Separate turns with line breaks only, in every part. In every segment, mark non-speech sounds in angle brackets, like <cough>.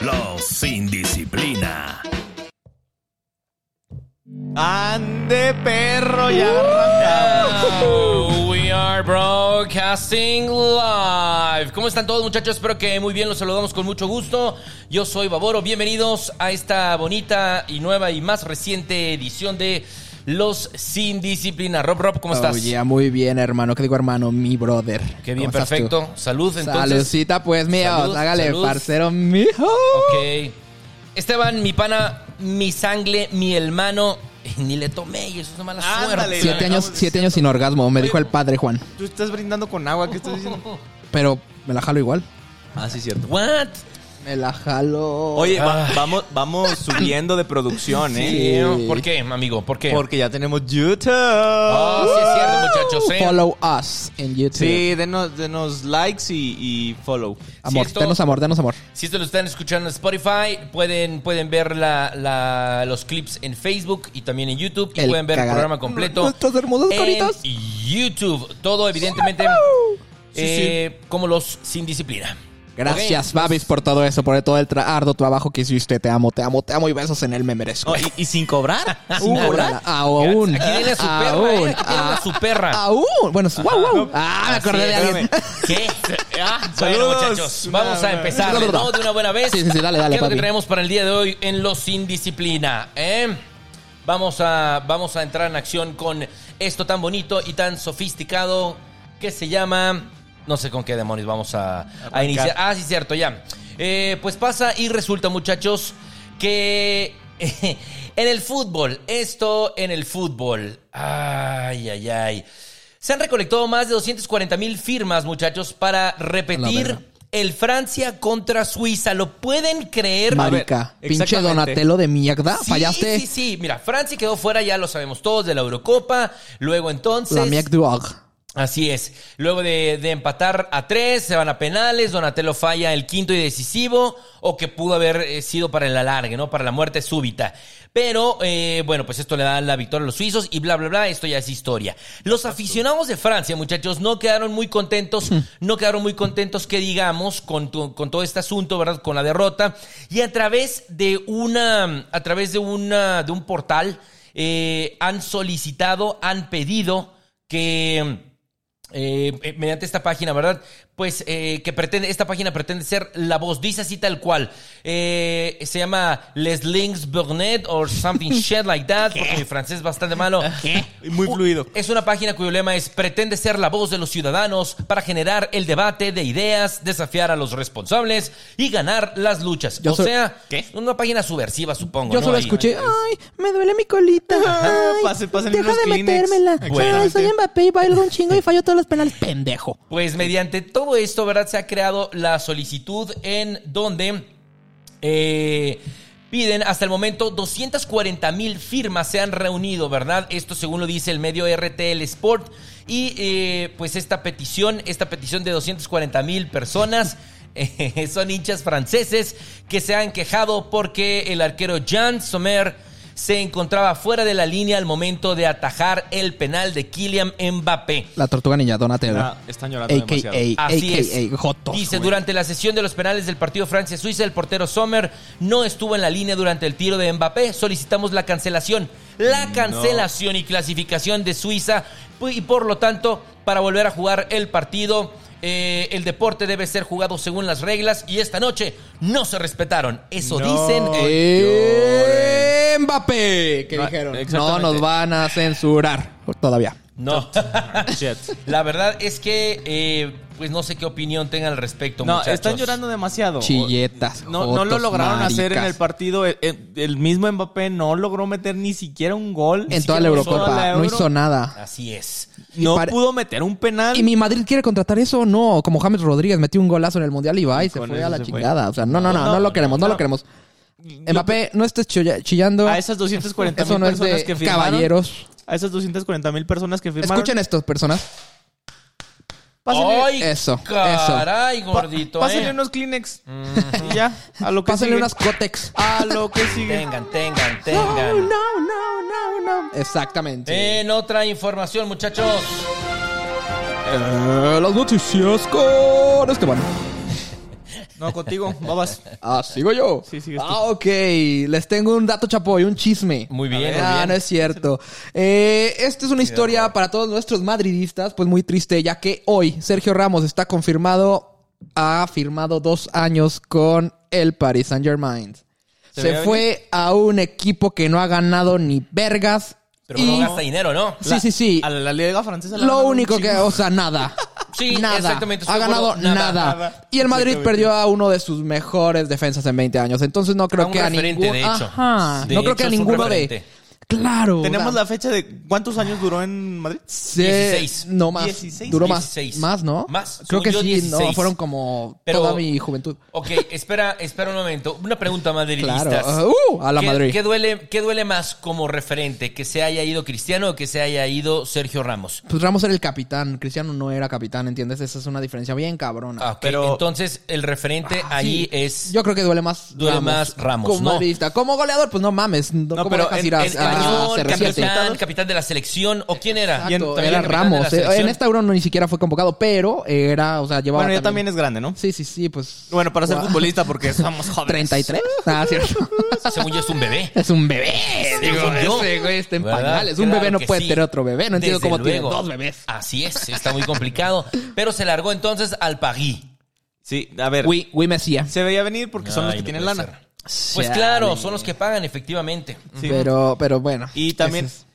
Los sin disciplina.
Ande perro, ya arrancamos.
We are broadcasting live. ¿Cómo están todos muchachos? Espero que muy bien, los saludamos con mucho gusto. Yo soy Baboro, bienvenidos a esta bonita y nueva y más reciente edición de Los Sin Disciplina. Rob, Rob, ¿cómo estás?
Oye, muy bien, hermano. ¿Qué digo, hermano? Mi brother.
Qué bien,
¿Cómo estás
perfecto.
tú?
Salud, entonces.
Saludcita, pues, mío.
Salud,
Hágale,
salud.
parcero, mijo.
Ok. Esteban, mi pana, mi sangre, mi hermano. <laughs> Ni le tomé y eso es una mala
Siete
suerte.
años,
Ándale,
siete años diciendo. sin orgasmo, me dijo el padre Juan.
Tú estás brindando con agua, ¿qué estás diciendo?
Pero me la jalo igual.
<laughs> Ah, sí, cierto.
What?
Me la jalo.
Oye, va-
Ah.
vamos, vamos subiendo de producción, ¿eh?
Sí. ¿Por qué, amigo? ¿Por qué?
Porque ya tenemos YouTube.
Ah, sí es cierto, muchachos. ¿eh?
Oh, Uh, Follow us en YouTube.
Sí, denos, denos likes y, y follow.
Amor,
Si esto-
denos amor, denos amor.
Si esto lo están escuchando en Spotify, pueden, pueden ver la- la- los clips en Facebook y también en YouTube. Y
El
pueden ver
cagado.
el programa completo.
Nuestros hermosos
en
coritos.
YouTube. Todo, evidentemente, eh, como los sin disciplina.
Gracias, Babis, por todo eso, por todo el tra- arduo trabajo que hiciste. Te amo, te amo, te amo y besos en él me merezco.
Oh, y, y sin cobrar?
Uh, hola. Aún.
Aquí viene su perra. eh, Aquí
Aún.
viene
Ah,
su perra.
Aún. Bueno, su- wow, wow. Ah, me acordé
Así
de
es.
alguien. <laughs>
¿Qué? Ah, bueno,
Saludos.
muchachos, vamos a empezar
Una-
¿no? de una buena vez.
Sí, sí, sí, dale, dale,
¿Qué es lo que
papi.
traemos para el día de hoy en Los Sin Disciplina? eh? Vamos, a, vamos a entrar en acción con esto tan bonito y tan sofisticado que se llama... No sé con qué demonios vamos a, a iniciar. Ah, sí, cierto, ya. Eh, pues pasa y resulta, muchachos, que <laughs> en el fútbol, esto en el fútbol. Ay, ay, ay. Se han recolectado más de 240 mil firmas, muchachos, para
verga.
repetir el Francia contra Suiza. ¿Lo pueden creer?
Marica,
ver,
pinche
exactamente.
Donatello de mierda.
Sí,
Fallaste
Sí, sí, mira, Francia quedó fuera, ya lo sabemos todos, de la Eurocopa. Luego entonces...
la mierda du Og.
Así es. Luego de, de empatar a tres, se van a penales. Donatello falla el quinto y decisivo, o que pudo haber eh, sido para el alargue, ¿no? Para la muerte súbita. Pero, eh, bueno, pues esto le da la victoria a los suizos y bla, bla, bla. Esto ya es historia. Los aficionados de Francia, muchachos, no quedaron muy contentos, no quedaron muy contentos, que digamos, con, tu- con todo este asunto, ¿verdad? Con la derrota. Y a través de una, a través de una, de un portal, eh, han solicitado, han pedido que eh, eh, mediante esta página, ¿verdad? Pues eh, que pretende, esta página pretende ser la voz, dice así tal cual. Eh, se llama Les Links Burnet or something shit like that, porque mi francés es bastante malo.
Muy fluido.
Es una página cuyo lema es pretende ser la voz de los ciudadanos para generar el debate de ideas, desafiar a los responsables y ganar las luchas.
Yo
o
soy-
sea, una página subversiva, supongo.
Yo
¿no?
solo
Ahí.
escuché, ay, me duele
<laughs>
mi colita. Ay,
Pase- pásenle
deja
unos
de
Kleenex.
metérmela.
Bueno.
Ay, soy Mbappé y bailo un chingo y fallo todos los penales. Pendejo.
Pues mediante todo esto, ¿verdad? Se ha creado la solicitud en donde eh, piden hasta el momento 240 mil firmas se han reunido, ¿verdad? Esto según lo dice el medio RTL Sport. Y eh, pues esta petición, esta petición de 240 mil personas. <laughs> eh, Son hinchas franceses que se han quejado porque el arquero Jan Sommer se encontraba fuera de la línea al momento de atajar el penal de Kylian Mbappé.
La tortuga niña, Donatello.
Ah, están llorando
AKA,
demasiado.
Así es.
AKA, Jotos,
Dice,
güey.
durante la sesión de los penales del partido Francia-Suiza, el portero Sommer no estuvo en la línea durante el tiro de Mbappé. Solicitamos la cancelación. La cancelación y clasificación de Suiza. pu- Y por lo tanto, para volver a jugar el partido, eh, el deporte debe ser jugado según las reglas. Y esta noche no se respetaron. Eso
No.
dicen. eh,
Eh, Mbappé, que
No,
dijeron. No
exactamente.
nos van a censurar todavía.
no. <laughs>
Shit.
la verdad es que, eh, pues no sé qué opinión tengan al respecto,
No,
muchachos.
están llorando demasiado.
Chilletas,
No, no lo
jotos,
lograron hacer en
maricas.
el partido. El, el- el mismo Mbappé no logró meter ni siquiera un gol. ni
En toda la
siquiera usó
Eurocopa
la
no
Euro.
hizo nada.
Así es.
No
Y pare-
pudo meter un penal.
Y mi Madrid quiere contratar eso, no. Como James Rodríguez metió un golazo en el Mundial y va y se
Con
fue
eso
a la
se fue.
chingada. O sea, no, no, no, no,
No,
lo queremos, no,
no.
lo queremos. Mbappé, no estés chilla- chillando.
A esas 240
Eso
mil
no es
personas
de
que firmaron.
caballeros.
A esas 240 mil personas que firmaron.
Escuchen esto, personas.
pásenle-
¡Ay,
Eso,
Caray,
pa-
gordito.
pásenle
eh.
unos Kleenex. Y ya, a lo que
Pásenle
sigue.
unas Cotex.
A lo que sigue.
Tengan, tengan,
No, no,
tengan.
no, no, no. Exactamente.
En otra información, muchachos.
Eh, las noticias con Esteban.
No, contigo, babas.
Ah, sigo yo.
Sí, sigues tú.
Ah, ok. Les tengo un dato chapoy, un chisme.
Muy bien, muy
Ah,
bien.
no es cierto. Eh, esta es una historia para todos nuestros madridistas, pues muy triste, ya que hoy Sergio Ramos está confirmado, ha firmado dos años con el Paris Saint Germain.
¿Se
Se,
veía
fue a un equipo que no ha ganado ni vergas.
Pero
y-
no gasta dinero, ¿no?
Sí, sí, sí.
A la, la Liga Francesa. la
Lo
ganan un
único que,
chingo.
o
<laughs>
sea, nada.
Sí,
nada.
exactamente, estoy
Ha
de acuerdo.
ganado
Nada,
nada,
nada.
Y el Madrid
Exactamente.
perdió a uno de sus mejores defensas en 20 años. Entonces no creo
un
que a
referente,
ninguno.
de hecho.
Ajá.
De
no creo que
hecho,
a
es un
ninguno de.
referente.
Claro.
Tenemos
da-
la fecha de cuántos años duró en Madrid.
se-
16.
No más.
16,
Duró más.
16.
Más, ¿no?
Más. Según
Creo que
yo,
sí, no.
16.
Fueron como
Pero-
toda mi juventud.
Ok, espera, espera un momento. Una pregunta, madridistas.
Claro. Uh, a la
¿Qué,
Madrid.
qué duele, ¿Qué duele más como referente? ¿Que se haya ido Cristiano o que se haya ido Sergio Ramos?
Pues Ramos era el capitán. Cristiano no era capitán, ¿entiendes? Esa es una diferencia bien cabrona.
Ah, ok,
Pero-
entonces el referente
Ah,
allí
sí.
es.
Yo creo que duele más.
Duele más Ramos,
Como
¿no?
madridista. Como goleador, pues no mames. No,
No,
¿cómo
pero
dejas
en-
ir a-
en- en
a
Cañón,
CR7?
capitán, capitán de la selección. ¿O quién era?
Exacto,
Y en- también
era
el capitán de la
Ramos. eh.
selección.
En esta Euro ni siquiera fue convocado, pero era, o sea, llevaba.
Bueno, ya también es grande, ¿no?
Sí, sí, sí, pues.
Bueno, para ser
Guau.
futbolista, porque
<laughs>
somos jóvenes.
33. Ah,
<laughs>
cierto.
Según yo es un bebé.
es un bebé. Digo,
según yo.
ese güey está en
¿Verdad?
pañales. Un
Claro
bebé no
que
puede
sí.
tener otro bebé. No entiendo
Desde
cómo tiene
luego.
dos bebés.
Así es, está muy complicado. Pero se largó entonces al París.
Sí, a ver.
Oui, oui, Mesía.
Se veía venir porque son los
Ay,
que
no
tienen
puede
lana.
ser. Pues claro, son los que pagan, efectivamente.
Sí.
Pero, pero bueno.
Y también.
Ese es-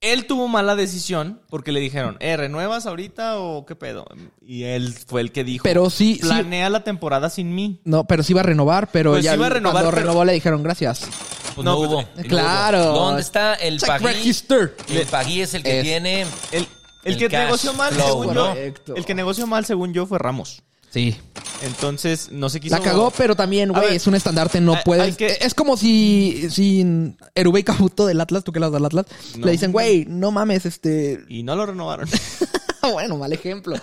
Él tuvo mala decisión porque le dijeron, eh, ¿renuevas ahorita o qué pedo? Y él fue el que dijo,
Pero sí, sí.
planea la temporada sin mí.
No, pero sí iba a renovar, pero
Pues
ya
sí iba a renovar,
cuando
pero-
renovó le dijeron gracias.
Pues
No,
no,
pues,
hubo.
eh,
no hubo.
claro.
¿Dónde está el
Check
París?
register.
El París es el que
Es-
tiene.
El, el
El
que
cash
negoció mal,
flow,
según yo,
Correcto.
el que negoció mal, según yo, fue Ramos.
Sí.
Entonces, no se quiso...
La cagó, pero también,
A
güey,
ver,
es un estandarte, no
hay- hay
puedes.
que-
Es como si, si Erubey Cabuto del Atlas, tú que las del Atlas,
No.
le dicen, güey, no mames, este.
Y no lo
<laughs>
renovaron.
bueno, mal ejemplo.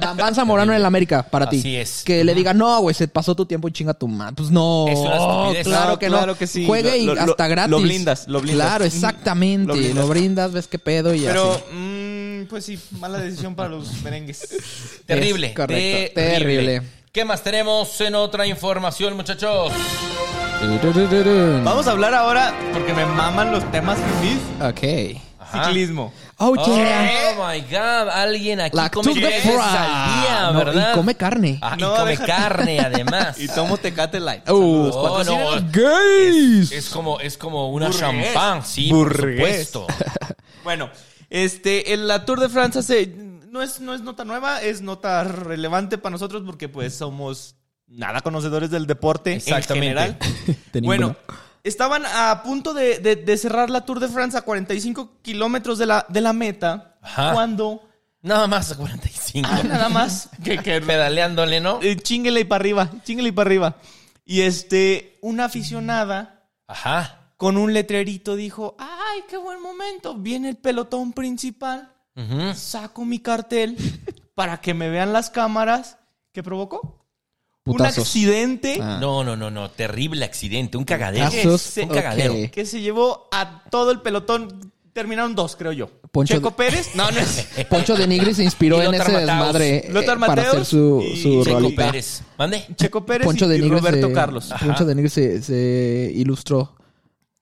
Bambán Zamorano en el América, para ti.
Así es.
Que le diga, no, güey, se pasó tu tiempo y chinga tu madre. Pues no.
Es una estupidez.
Claro que no.
Claro que sí.
Juegue y
Lo- lo-
hasta
lo
gratis.
blindas, lo blindas.
Claro, exactamente.
Lo
Lo
blindas.
blindas, ves qué pedo y
Pero,
así.
mm, pues sí, mala decisión para los merengues.
Terrible.
Es correcto,
terrible.
terrible.
¿Qué más tenemos en otra información, muchachos?
Vamos a hablar ahora, porque me maman los temas fifís,
Ok.
Ajá.
ciclismo.
Oh,
Oh,
yeah.
my God. Alguien aquí come
Lactose de
tres al día,
No,
¿verdad?
y come carne.
Ah, y
No,
come
deja- <laughs>
carne, además.
Y tomo Tecate Light.
Uh,
Saludos,
Oh,
patrocina.
no.
Gays.
Es como, es como una
Burgués.
champán, sí,
Burgués.
<laughs>
por supuesto.
Bueno, este, el- la Tour de Francia se- no, es, no es nota nueva, es nota relevante para nosotros porque pues somos nada conocedores del deporte
Exactamente.
en general.
<laughs> De
bueno,
ninguno.
estaban a punto de, de- de cerrar la Tour de Francia a 45 kilómetros de la, de la meta
Ajá.
cuando ah,
Nada más a
<laughs>
45.
nada más
que, que pedaleándole, ¿no?
eh, chinguele y para arriba, chinguele y para arriba. Y este, una aficionada...
Ajá.
con un letrerito dijo, ay, qué buen momento, viene el pelotón principal,
Ujú.
saco mi cartel para que me vean las cámaras. ¿Qué provocó? Un
Putazos.
accidente
Ah.
No, no, no, no. Terrible accidente. Un cagadero.
Caso- Putazos,
que,
Un cagadero.
ok.
que se llevó a todo el pelotón. Terminaron dos, creo yo.
Poncho
Checo
de-
Pérez. No, no es.
<laughs>
Poncho de Nigri se
Y
inspiró en
Lothar
ese
Matthäus.
desmadre eh,
Lothar
para
Matthäus
hacer su,
y
su
Checo
Checo
rolita.
Pérez. ¿Mande?
Checo Pérez
Poncho
y,
de
y
Nigri
Roberto
se,
Carlos.
Ajá.
Poncho de Nigri se, se ilustró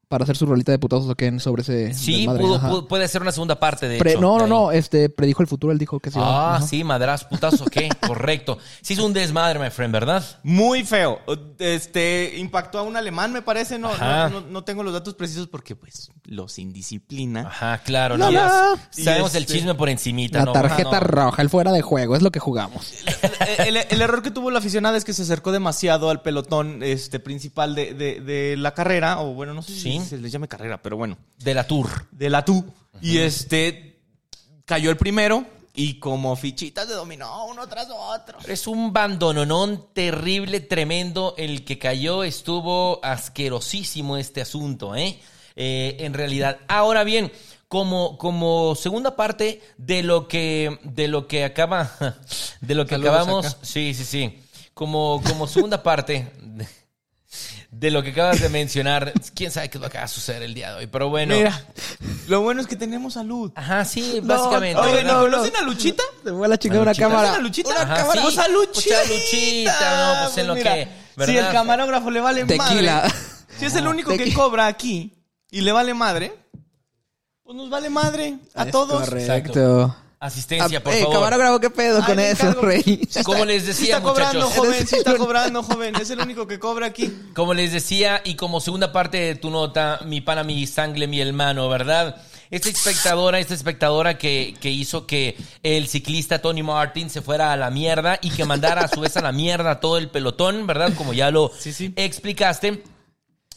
para hacer su rolita de putazos o qué sobre ese
Sí,
desmadre,
pudo-
ajá.
pudo- puede ser una segunda parte de
Pre-
hecho,
no,
de
no,
ahí.
no, este predijo el futuro, él dijo que sí.
Ah,
ajá.
sí, madras, putazo, ¿qué?
<laughs>
Correcto. Sí es un desmadre, my friend, ¿verdad?
Muy feo. Este impactó a un alemán, me parece. No,
Ajá.
no, no- no tengo los datos precisos porque pues los indisciplina.
Ajá, claro,
La,
no.
la.
ya Sabemos
Y
el
este-
chisme por encimita,
La
¿no?
tarjeta
Ajá, no.
roja, el fuera de juego, es lo que jugamos.
el, el error que tuvo la aficionada es que se acercó demasiado al pelotón este, principal de, de- de la carrera, o bueno, no sé si
Sí.
se le llame carrera, pero bueno,
De la tour.
de la TU. Y este cayó el primero y como fichitas de dominó uno tras otro.
Es un bandononón terrible, tremendo. El que cayó estuvo asquerosísimo este asunto, ¿eh? Eh, en realidad. Ahora bien, como, como segunda parte de lo que, de lo que acaba, <laughs> de lo que
Saludos
acabamos.
acá.
Sí, sí, sí. Como, como segunda parte de, de lo que acabas de mencionar. Quién sabe qué es lo que va a suceder el día de hoy, pero bueno.
Mira, lo bueno es que tenemos salud.
Ajá, sí,
No,
básicamente.
oye,
Oye,
¿verdad?
no,
¿no,
no.
¿Conocen a Luchita?
Se fue la chingada una
Luchita,
cámara.
¿Conocen a Luchita?
Ajá, sí.
¡Pues a Luchita!
Pues a Luchita, no, pues en lo
Mira,
que,
Si
¿verdad?
el camarógrafo le vale
Tequila. Ah,
madre. Si es el único que
Tequila.
cobra aquí y le vale madre, pues nos vale madre a
Es
todos.
Correcto.
Asistencia, por
Ah, eh,
favor.
camarógrafo, ¿qué pedo
Ahí
con
le
eso,
encargo.
rey?
Como les
Sí
decía,
está cobrando,
muchachos.
joven, sí está
Eres-
cobrando, joven. Es el único que cobra aquí.
Como les decía, y como segunda parte de tu nota, mi pana, mi sangre, mi hermano, ¿verdad? Esta espectadora, esta espectadora que, que hizo que el ciclista Tony Martin se fuera a la mierda y que mandara a su vez a la mierda a todo el pelotón, ¿verdad? Como ya lo
Sí, sí.
explicaste.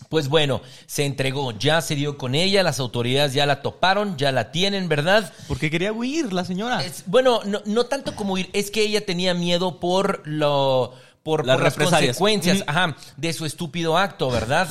Pues bueno, se entregó, ya se dio con ella, las autoridades ya la toparon, ya la tienen, ¿verdad?
Porque quería huir la señora.
Es- bueno, no, no tanto como ir, es que ella tenía miedo por lo por,
Las
por las
represalias.
consecuencias
Ujú.
ajá, de su estúpido
<laughs>
acto, ¿verdad?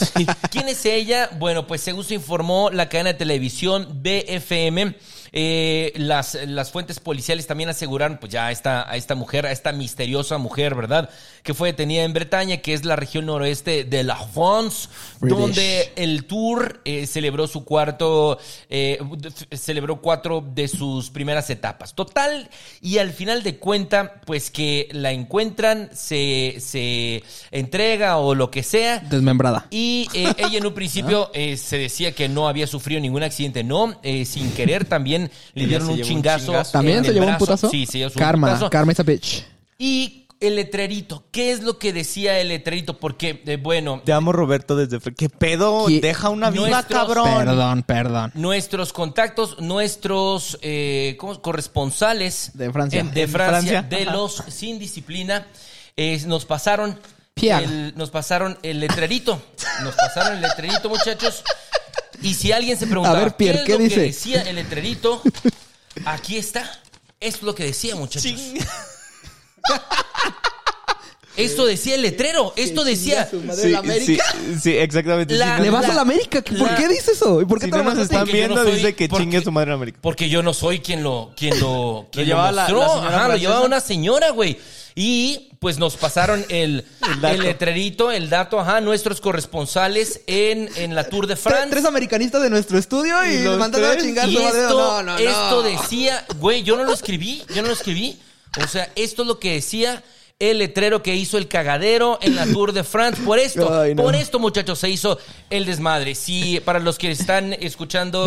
¿Quién es ella? Bueno, pues según se informó la cadena de televisión BFM, eh, las, las fuentes policiales también aseguraron pues ya a esta, a esta mujer, a esta misteriosa mujer, ¿verdad? Que fue detenida en Bretaña, que es la región noroeste de La France,
British.
donde el tour eh, celebró su cuarto, eh, f- celebró cuatro de sus primeras etapas. Total, y al final de cuenta, pues que la encuentran, se, se entrega o lo que sea.
Desmembrada.
Y eh, ella en un principio
<laughs>
eh, se decía que no había sufrido ningún accidente. No, eh, sin querer también le
Ella
dieron
se
un
llevó un
chingazo.
chingazo.
¿También
en
se
el
llevó un
brazo.
putazo?
Sí, se llevó un
Karma,
putazo.
Karma esa bitch.
Y el letrerito, ¿qué es lo que decía el letrerito? Porque, eh, bueno,
Te amo, Roberto, desde... Fre- ¿Qué pedo?
¿Qué?
Deja una viva,
Nuestros-
cabrón.
Perdón, perdón.
nuestros contactos, nuestros eh, ¿cómo? corresponsales
De Francia.
en- de
En
Francia,
Francia.
de los sin disciplina, eh, nos pasaron
Pierre.
el, nos pasaron el letrerito, nos pasaron el letrerito, muchachos. Y si alguien se preguntaba,
A ver, Pierre,
es
¿qué
lo que
dice?
decía el letrerito? Aquí está, es lo que decía, muchachos.
Ching.
Esto decía el letrero, esto decía.
Sí, sí, sí, exactamente.
La-
sí,
¿Le
no-
vas
La-
a la América? ¿Qué- ¿Por
la-
qué dices eso? ¿Y por qué
si
te
no
lo
nos
mandaste?
están
porque yo no
viendo,
soy-
dice que
porque-
chingue su madre en América.
Porque yo no soy quien lo, quien
<laughs>
lo, quien lo
llevaba la-
mostró.
la señora
Ajá, lo
francesa.
llevaba una señora, güey. Y pues nos pasaron
<laughs>
el, el,
dato.
letrerito, el dato, ajá, nuestros corresponsales en, en la Tour de
Tres,
France.
tres americanistas de nuestro estudio y
Y los
mandaron a
tres.
chingar
y
su madre.
esto,
No, no, no.
esto decía, güey, yo no lo escribí, yo no lo escribí. O sea, esto es lo que decía el letrero que hizo el cagadero en la Tour de France. Por esto,
<laughs> Ay, no.
por esto, muchachos, se hizo el desmadre. Si para los que están escuchando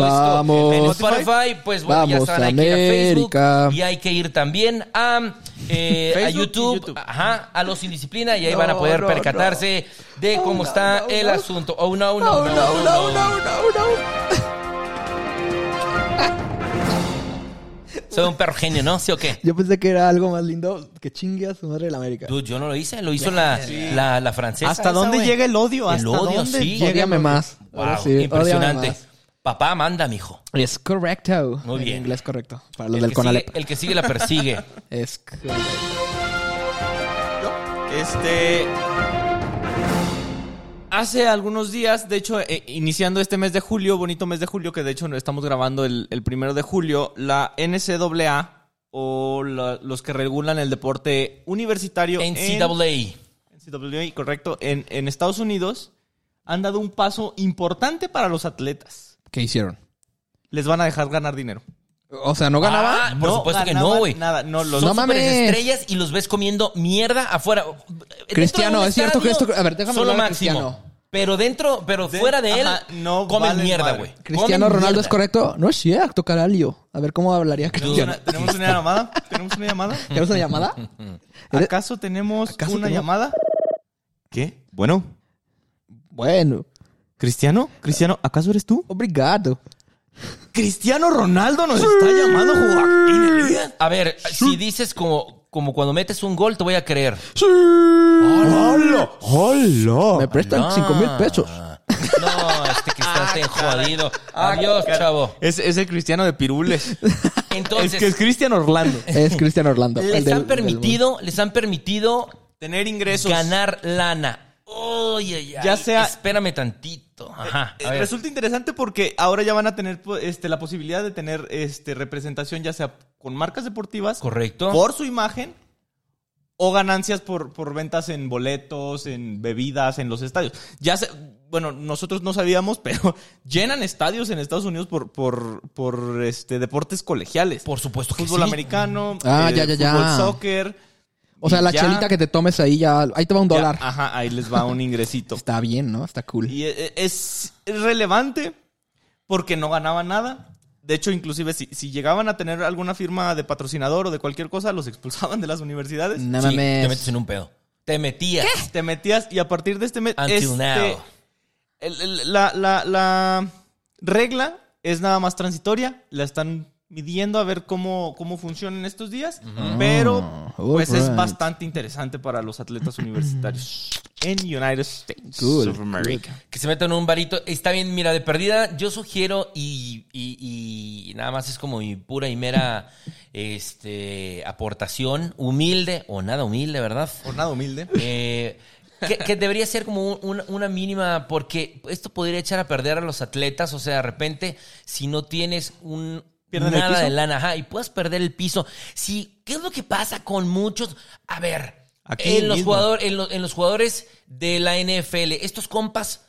esto
Vamos.
en Spotify, pues bueno, ya
Vamos,
saben, hay que ir a Facebook
América.
y hay que ir también a, eh, a
<laughs>
Facebook y
YouTube,
YouTube.
ajá, a los Indisciplina y ahí
No,
van a poder
no,
percatarse de cómo
no, Oh,
está
no,
el
no.
asunto. Oh, no, no,
No, no, no, no, no, no.
Soy un perro genio, ¿no? ¿Sí o qué?
Yo pensé que era algo más lindo que chingue a su madre de la América.
Dude, yo no lo hice, lo hizo la, la, la francesa.
¿Hasta
esa,
dónde
güey.
llega el odio?
El
¿Hasta
odio,
dónde
sí.
llega?
Ódiame más. Ahora
Wow,
sí, ódiame
impresionante.
más.
Papá manda, mijo.
Es correcto.
Muy bien.
En inglés correcto. Para los
El
del
que, sigue,
Conalep.
el que sigue
<laughs>
la persigue.
Es correcto.
Este. Hace algunos días, de hecho, eh, iniciando este mes de julio, bonito mes de julio, que de hecho no estamos grabando el, el primero de julio, la NCAA o la- los que regulan el deporte universitario en-
NCAA.
NCAA, correcto, en, en Estados Unidos, han dado un paso importante para los atletas.
¿Qué hicieron?
Les van a dejar ganar dinero.
O sea, no ganaba.
Ah, por
No
supuesto que
ganaban
no, güey.
Nada, no, los,
No
Son
mames.
estrellas y los ves comiendo mierda afuera. Dentro
Cristiano,
de un
es cierto que
estadio,
esto- a ver, déjame
Solo
hablar de
máximo.
Cristiano.
Pero dentro, pero
De-
fuera de él,
ajá, no
comen
valen
mierda,
madre.
güey. Comen
Cristiano Ronaldo
mierda.
es correcto. No es cierto, caralho. A ver cómo hablaría
¿Tenemos,
Cristiano.
una, tenemos una llamada? ¿Tenemos una <laughs> llamada?
¿Quieres
<laughs>
una llamada? ¿Eres-
¿Eh? ¿Acaso tenemos
¿Acaso
una
tenemos-
llamada? ¿Qué? Bueno.
Bueno,
¿Cristiano? ¿Cristiano? ¿Acaso eres tú?
obrigado.
¿Cristiano Ronaldo nos está llamando Joaquín Elías?
A ver, si dices como, como cuando metes un gol, te voy a creer.
¡Hola!
Me
¡Hola!
prestan
Ah.
cinco mil pesos.
No, este que está este jodido. Adiós, chavo.
Es, es el Cristiano de <laughs> Pirules.
Entonces,
el que es Cristiano Orlando.
Es Cristiano Orlando. el
les
del-
han
del mundo.
permitido, les han permitido
Tener ingresos.
ganar lana. Oye, ya.
Ya sea-
Espérame tantito. Ajá.
Eh,
a ver.
Resulta interesante porque ahora ya van a tener pues, este, la posibilidad de tener este, representación ya sea con marcas deportivas,
Correcto.
por su imagen o ganancias por, por ventas en boletos, en bebidas, en los estadios. Ya se, bueno, nosotros no sabíamos, <laughs> pero llenan estadios en Estados Unidos por, por, por este, deportes colegiales.
Por supuesto que
fútbol
sí.
americano, eh,
Ah, ya, ya, ya.
fútbol soccer.
O sea,
y
la
ya-
chelita que te tomes ahí ya. Ahí te va un
ya,
dólar.
ajá, ahí les va un
<laughs>
ingresito.
Está bien, ¿no? Está cool.
Y e- e- es relevante porque no ganaba nada. De hecho, inclusive si, si llegaban a tener alguna firma de patrocinador o de cualquier cosa, los expulsaban de las universidades.
No
Sí,
mames.
Te metes en un pedo. Te metías.
Te metías y a partir de este mes...
Until
este-
now.
el- el- la, la- la regla es nada más transitoria. La están midiendo a ver cómo, cómo funciona en estos días. Pero
Oh,
pues es
alright.
bastante interesante para los atletas universitarios en United States
Cool,
of America.
Que se metan en un barito. Está bien, mira, de perdida, yo sugiero y, y- y nada más es como mi pura y mera este, aportación, humilde o nada humilde, ¿verdad?
Por nada humilde.
Eh, que, que debería ser como un- una- una mínima, porque esto podría echar a perder a los atletas. O sea, de repente, si no tienes un
Pierden el
nada
piso.
de lana, ajá, y puedas perder el piso. Si, ¿Qué es lo que pasa con muchos? A ver,
Aquí
en, los
mismo.
jugador- en, lo- en los jugadores de la NFL, estos compas.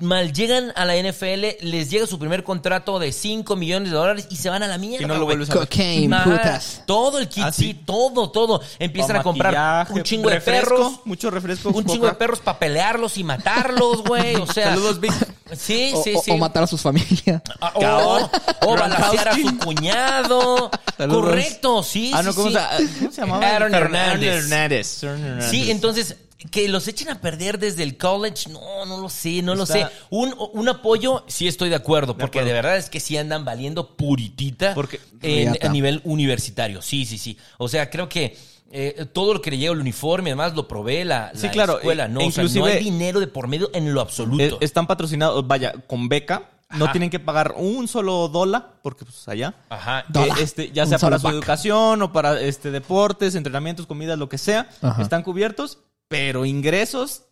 Mal llegan a la NFL, les llega su primer contrato de 5 millones de dólares y se van a la mierda.
Y no lo
güey.
vuelves a ver.
Cocaine,
Ajá,
putas.
Todo el kit,
Ah,
sí,
sí.
todo, todo. Empiezan
Pa'
a comprar
maquillaje,
un chingo de
refresco,
perros.
Mucho refresco.
Un chingo de
coca.
perros para pelearlos y matarlos, güey. O sea.
Saludos, Vic.
Sí,
O,
sí,
o-
sí.
o matar a
<laughs>
sus familias.
Ah, O, o balacear a su
Gronkowski.
cuñado.
Saludos.
Correcto, sí.
Ah, no,
sí,
¿cómo,
sí.
se, ¿cómo se llamaba?
Aaron
Fer-
Hernández.
Aaron Hernández. Aaron Hernández.
Sí, entonces, que los echen a perder desde el college, no, no lo sé, no lo
Está-
sé. Un, un apoyo, sí estoy de acuerdo, porque de
acuerdo.
verdad es que sí andan valiendo puritita
Porque-
en-
Riata.
a nivel universitario. Sí, sí, sí. O sea, creo que eh, todo lo que le llega el uniforme, además lo provee la, la
Sí, claro,
escuela,
e-
¿no?
e
O sea, no
inclusive-
hay dinero de por medio en lo absoluto.
Eh, están patrocinados, vaya, con beca. No
Ajá.
tienen que pagar un solo dólar, porque pues allá.
Ajá.
Do- Dólar.
Eh, este, ya
Un
sea para
solo
su
pack.
educación o para este deportes, entrenamientos, comidas, lo que sea,
Ajá.
están cubiertos, pero ingresos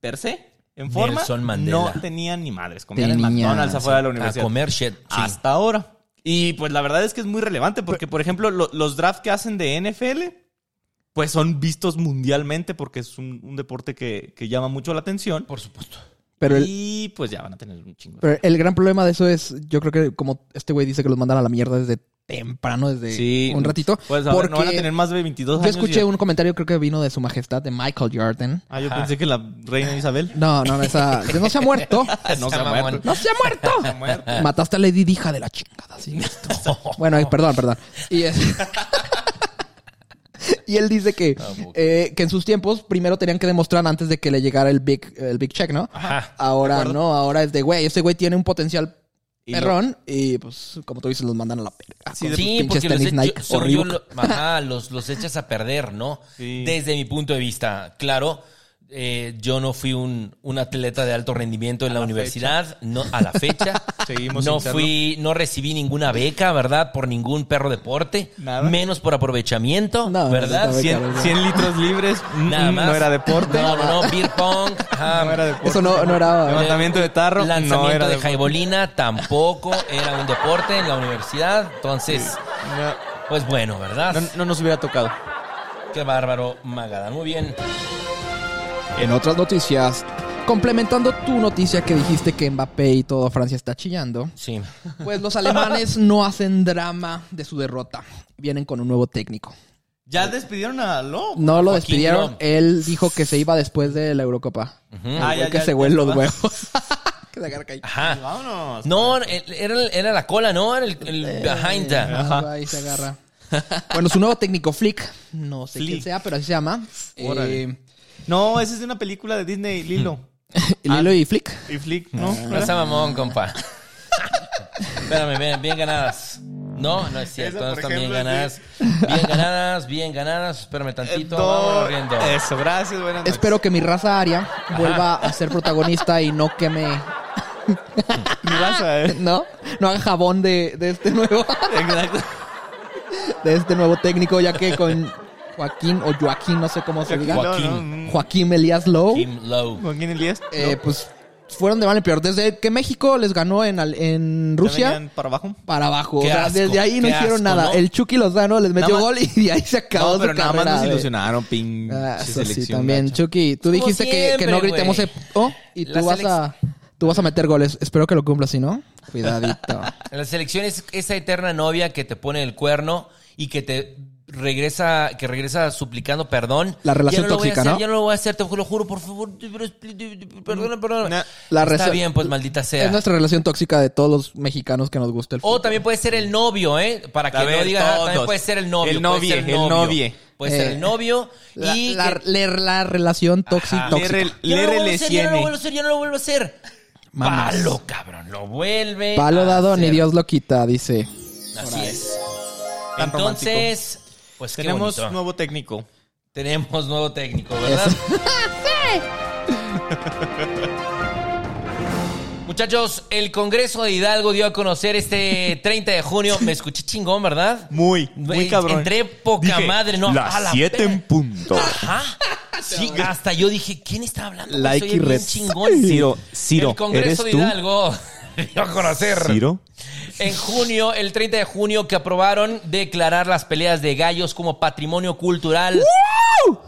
per se, en forma,
Nelson Mandela.
no tenían ni madres. Comían en
Tenían,
McDonald's afuera de la
A
universidad. Ah,
comer shit. sí.
hasta ahora. Y pues la verdad es que es muy relevante porque, por ejemplo, lo- los drafts que hacen de NFL, pues son vistos mundialmente porque es un, un deporte que, que llama mucho la atención.
Por supuesto.
Pero el,
y pues ya van a tener un chingo.
pero el gran problema de eso es, yo creo que como este güey dice que los mandan a la mierda desde temprano, desde
Sí.
un ratito.
Pues a ver,
porque
no van a tener más de 22
yo
años.
escuché
y-
un comentario, creo que vino de su majestad, de Michael Jordan.
Ah, yo
Ajá.
pensé que la reina
<laughs>
Isabel.
No, no, no, esa, que no se
<laughs>
ha muerto.
No se
<laughs> Está
ha
mamón.
muerto.
¡No se ha
<laughs>
muerto!
muerto.
Mataste a Lady Dija de la chingada, sí. Bueno, eh, perdón, perdón. Y,
<laughs>
es- y él dice que,
Ah,
eh, que en sus tiempos primero tenían que demostrar antes de que le llegara el big, el big check, ¿no?
Ajá.
Ahora no, ahora es de, güey, este güey tiene un potencial
Y
perrón y pues, como tú dices, los mandan a la perra. Ah,
Sí,
con
de-
sus
Sí,
pinches
porque los,
tenis
echa-
Nike
según yo
horrible.
lo- ajá, los, los echas a perder, ¿no?
Sí.
Desde mi punto de vista, claro. eh, yo no fui un, un atleta de alto rendimiento en la, universidad, no a la
<laughs>
fecha.
Seguimos
no
sin serlo.
fui, no recibí ninguna beca, ¿verdad? Por ningún perro deporte,
Nada.
menos por aprovechamiento,
No,
¿verdad?
no, no,
100, 100 litros
<laughs>
libres. mm,
Nada
mm,
más.
No era deporte.
No,
<laughs>
no, no, beer pong, ajá.
No era deporte.
Eso no, no era... eh,
Levantamiento de tarro. no
Lanzamiento
era
de
deporte.
jaibolina tampoco era un deporte en la universidad. Entonces, pues bueno, ¿verdad?
No- no nos hubiera tocado.
Qué bárbaro, Magada. Muy bien.
En otras noticias, complementando tu noticia que dijiste que Mbappé y todo Francia está chillando,
Sí. <laughs>
pues los alemanes no hacen drama de su derrota. Vienen con un nuevo técnico.
¿Ya despidieron a Lobo?
No lo
Joaquín
despidieron.
Lob.
Él dijo que se iba después de la Eurocopa. El
Ah,
güey
ya,
que
ya,
se
ya
huele los
estaba. <laughs>
huevos. que se agarra ahí.
Ajá.
Vámonos.
No, el- era, el- era la cola, ¿no? Era el, el
Eh,
behind the-
Ah, va, Ahí se agarra. Bueno, su nuevo técnico, Flick. No sé quién
Flick.
sea, pero así se llama.
Órale.
Eh,
No, esa es de una película de Disney, Lilo. Ah.
Lilo y Flick.
Y Flick, ¿no?
No sea mamón, compa. Espérame, bien, bien ganadas. No, no es cierto.
Esa,
no
por
están bien
ejemplo,
ganadas. Bien ganadas, bien ganadas. Espérame tantito.
No,
Vámonos riendo.
Eh, Eso, gracias, buenas noches.
Espero que mi raza aria vuelva a ser protagonista y no queme.
Mi raza,
<laughs>
eh.
¿No? No haga jabón de, de este nuevo.
Exacto.
De este nuevo técnico, ya que con Joaquín o Joaquín, no sé cómo se diga.
Joaquín.
no, no,
Joaquín Elías Lowe.
Kim Lowe.
Joaquín Elías.
Eh, pues fueron de mal en peor. Desde que México les ganó en, al- en
¿Ya
Rusia,
venían para abajo?
para abajo. O
Qué
sea,
asco,
desde ahí no
qué
hicieron
asco,
nada.
¿no?
El Chucky Lozano les metió
Nada
gol y de ahí se acabó
No, pero
su
nada más
carrera,
nos
güey.
ilusionaron, pin.
Ah,
Sí,
eso sí,
selección
también.
gacha.
Chucky, tú
Como
dijiste que- que, no
siempre,
gritemos
güey.
EPO y tú
La
vas a... Tú vas a meter goles. Espero que lo cumplas, si no, <laughs> cuidadito.
En la selección es esa eterna novia que te pone el cuerno y que te regresa, que regresa suplicando perdón.
La relación
Ya lo voy a
tóxica,
hacer,
¿no?
Ya no lo voy a hacer, te lo juro, por favor. Perdona, perdona.
Nah.
La
Está
reza-
bien, pues maldita sea.
Es nuestra relación tóxica de todos los mexicanos que nos gusta el fútbol.
O también puede ser el novio, ¿eh? Para que
A
no
ver,
digan, ah, también
todos.
puede ser el novio.
El
puede
novie,
ser
el novie.
Puede ser el
Eh,
novio.
La,
y
la-
que-
le- la relación tóxica.
Ajá.
tóxica.
Le-
Ya no lo vuelvo a hacer, ya no
Lere
lo vuelvo a hacer, ya no lo vuelvo a hacer.
Mamás.
Palo, cabrón, lo vuelve.
Palo
a
dado ni
hacer.
Dios lo quita, dice.
Así es.
Tan
Entonces, pues qué
Tenemos
bonito.
nuevo técnico.
Tenemos nuevo técnico, ¿verdad?
Eso.
<laughs> Muchachos, el Congreso de Hidalgo dio a conocer este 30 de junio. Me escuché chingón, ¿verdad?
Muy,
Eh, Entré poca
Dije,
madre, no. a
Las
la
7
verga.
en punto.
Ajá. Sí, hasta yo dije, ¿quién está hablando? Pues,
Like
Soy
y
bien
res-
chingón.
Ciro, Ciro,
El Congreso
¿eres
de
tú?
Hidalgo <laughs> dio a conocer
Ciro.
en junio, el 30 de junio, que aprobaron declarar las peleas de gallos como patrimonio cultural.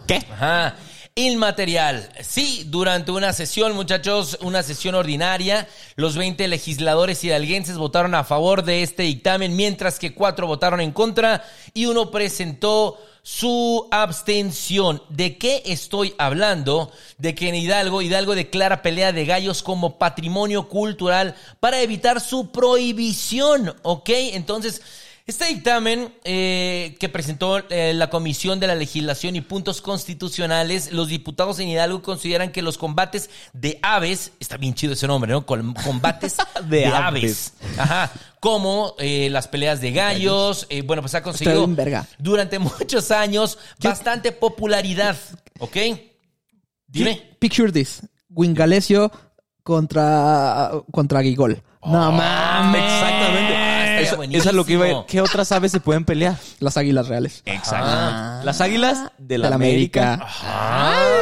¿Qué?
Ajá. Inmaterial. Sí, durante una sesión, muchachos, una sesión ordinaria, los 20 legisladores hidalguenses votaron a favor de este dictamen, mientras que cuatro votaron en contra y uno presentó su abstención. ¿De qué estoy hablando? De que en Hidalgo, Hidalgo declara pelea de gallos como patrimonio cultural para evitar su prohibición, ¿ok? Entonces... Este dictamen eh, que presentó eh, la Comisión de la Legislación y Puntos Constitucionales, los diputados en Hidalgo consideran que los combates de aves, está bien chido ese nombre, ¿no? Col-
<laughs>
combates de,
De
aves. Ajá. Como eh, las peleas de gallos, eh, bueno, pues ha conseguido
bien verga.
durante <laughs> muchos años bastante popularidad, ¿ok? Dime.
Picture this. Wingalesio contra, contra Gigol. No mames.
Exactamente.
Ah, estaría
Eso,
buenísimo.
eso es lo que iba a ir. ¿Qué otras aves se pueden pelear?
Las águilas reales.
Exacto.
Las águilas de la,
de la América.
América.
<laughs>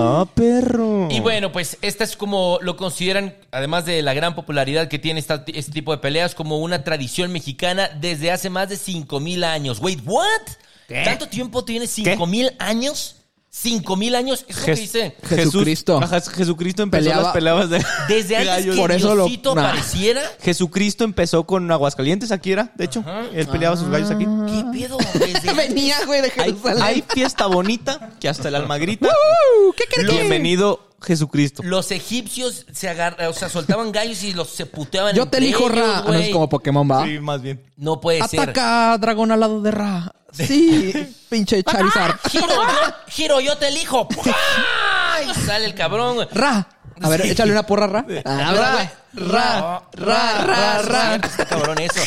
Ah, perro.
Y bueno, pues esta es como lo consideran, además de la gran popularidad que tiene esta- este tipo de peleas, como una tradición mexicana desde hace más de 5000 años. Wait, what? ¿Tanto tiempo tiene 5000 años? 5000 años, es lo que
Jes-
dice.
Jesucristo.
Ajá, Jesucristo empezó
Peleaba-
las peleas <laughs> de
Desde antes
gallos.
que
Por eso lo-
Diosito
nah.
apareciera.
Jesucristo empezó con Aguascalientes, aquí era, de hecho. Él peleaba sus gallos aquí.
Ah,
¿Qué pedo?
<laughs>
Desde
Venía, güey, de
Hay,
Jerusalén.
hay fiesta bonita que hasta el alma
<laughs>
grita.
Uh, ¿Qué crees?
Bienvenido, Jesucristo.
los egipcios se agarra, o sea, soltaban gallos y los se puteaban
Yo te
entre
elijo
ellos,
Ra. Ah, no, es
güey.
como Pokémon, va.
Sí, más bien.
No puede ser.
Ataca dragón al lado de Ra. Sí, pinche Charizard.
Giro, yo, Giro, yo te <laughs> elijo. ¡Pua! Y sale el cabrón, güey.
Ra. A ver,
Sí.
échale una porra, Ra. Ah,
Ra,
güey. Ra, ra, ra, ra.
Está Cabrón eso.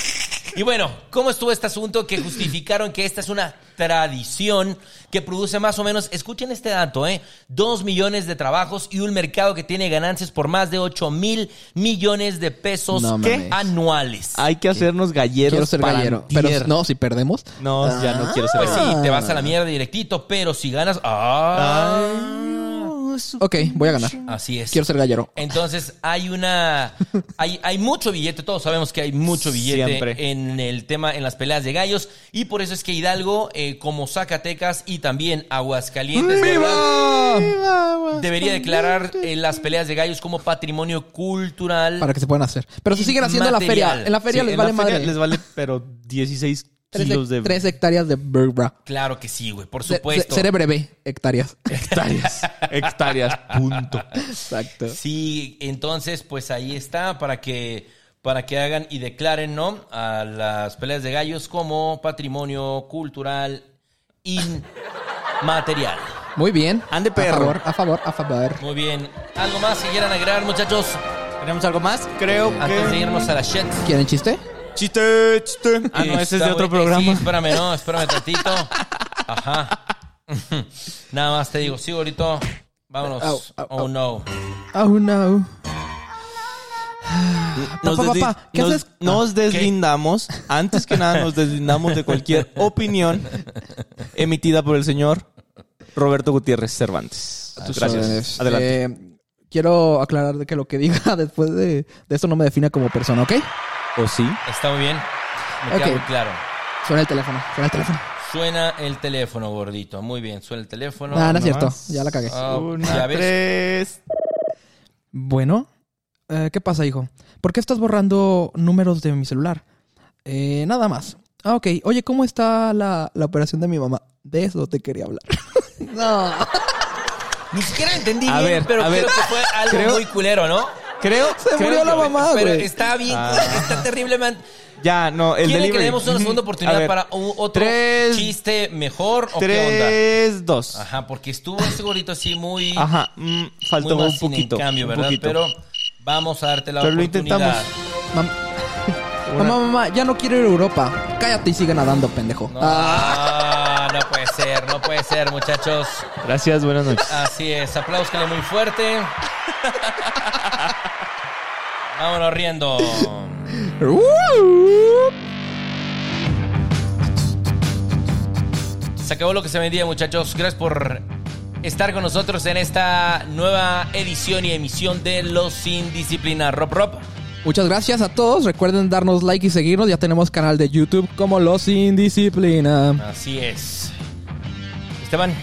Y bueno, ¿cómo estuvo este asunto que justificaron que esta es una tradición que produce más o menos, escuchen este dato, ¿eh? Dos millones de trabajos y un mercado que tiene ganancias por más de 8 mil millones de pesos
No
¿qué?
mames.
anuales.
Hay que hacernos galleros
Quiero ser
para
gallero.
antier.
Pero no, Ah, si perdemos.
No, ya no quiero ser
Pues sí,
gallero.
te vas a la mierda directito, pero si ganas... ¡Ah!
Ok, voy a ganar.
Así es.
Quiero ser gallero.
Entonces hay una hay, hay mucho billete, todos sabemos que hay mucho billete
Siempre.
en el tema en las peleas de gallos y por eso es que Hidalgo eh, como Zacatecas y también Aguascalientes ¿verdad? debería declarar eh, las peleas de gallos como patrimonio cultural.
Para que se puedan hacer. Pero si siguen haciendo en la
Material.
feria. En la feria
Sí,
les
en la
vale
feria
madre.
Les vale, pero 16
Tres,
kilos de...
hec- tres hectáreas de Burgra.
Claro que sí, güey, por
Se-
supuesto.
se- Seré breve. Hectáreas.
hectáreas. <laughs> hectáreas, punto.
Exacto.
Sí, entonces pues ahí está para que para que hagan y declaren, ¿no? A las peleas de gallos como patrimonio cultural inmaterial.
Muy bien.
Ande, perro.
A favor, a favor, a favor.
Muy bien. ¿Algo más que quieran agregar, muchachos?
¿Tenemos algo más? Creo
Antes de irnos a la shit.
¿Quieren chiste?
Chiste, chiste. Ah, no, ese es
Está,
de otro
güey. Eh,
programa.
sí,
<laughs>
espérame, no, espérame tantito. Ajá. <laughs> Nada más te digo, sí, ahorita. Vámonos.
Au, au,
oh, no.
Oh, no. Ah, Papá,
desli-
papá, ¿qué
nos-
haces?
nos deslindamos, antes que nada nos deslindamos de cualquier opinión emitida por el señor Roberto Gutiérrez Cervantes. Gracias.
Entonces,
Adelante.
eh, Quiero aclarar de que lo que diga <laughs> después de, de esto no me defina como persona, ¿ok?
¿O sí?
Está muy bien. Me queda
Ok.
muy claro.
Suena el teléfono, suena el teléfono.
Suena el teléfono, gordito. Muy bien, suena el teléfono.
Nah, no es cierto,
más.
ya la cagué.
Ah,
Una,
ya ves.
tres.
Bueno, eh, ¿qué pasa, hijo? ¿Por qué estás borrando números de mi celular? Eh, nada más. Ah, ok. Oye, ¿cómo está la, la operación de mi mamá? De eso te quería hablar. no.
Ni siquiera entendí
A ver,
bien, pero
a
creo
ver.
que fue algo
Creo-
muy culero, ¿no?
Creo.
Se
creo
murió
que-
la mamá,
Pero
güey.
está bien,
Ah.
<laughs> está terriblemente.
Ya, no, el
¿Quiere
delivery.
que le demos una segunda
Ujú.
oportunidad
A ver,
para u- otro
tres-
chiste mejor o qué
Tres, dos.
onda? Ajá, porque estuvo ese gordito así muy.
Ajá, mm,
muy
faltó un
más sin
poquito.
En cambio,
un
¿verdad?
poquito.
Pero vamos a darte la
Pero lo
oportunidad.
intentamos.
Mam-
<laughs>
Mamá, mamá, ya no quiero ir a Europa. Cállate y sigue nadando, pendejo.
No,
Ah, <laughs>
no puede ser, no puede ser, muchachos.
Gracias, buenas noches.
Así es, apláuscale muy fuerte. Vámonos riendo. Se acabó lo que se vendía, muchachos. Gracias por estar con nosotros en esta nueva edición y emisión de Los Sin Disciplina. Rob Rob.
Muchas gracias a todos. Recuerden darnos like y seguirnos. Ya tenemos canal de YouTube como Los Indisciplina.
Así es. Esteban.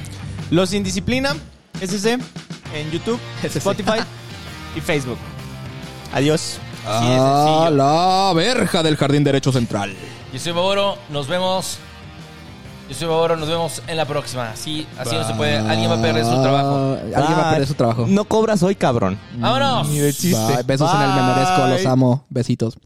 Los Indisciplina, SC, en <laughs> YouTube, Spotify y Facebook. Adiós.
Ah,
Así de Ah, sencillo.
A la verja del Jardín Derecho Central.
Yo soy Baboro, nos vemos. Yo soy Baboro, nos vemos en la próxima. Sí, así no se puede. Alguien va a perder su trabajo.
Ah, Alguien va a perder su trabajo.
No cobras hoy, cabrón.
¡Vámonos!
Ah, Ni de chiste.
Bye. Besos en el me merezco, los
Bye.
amo. Besitos.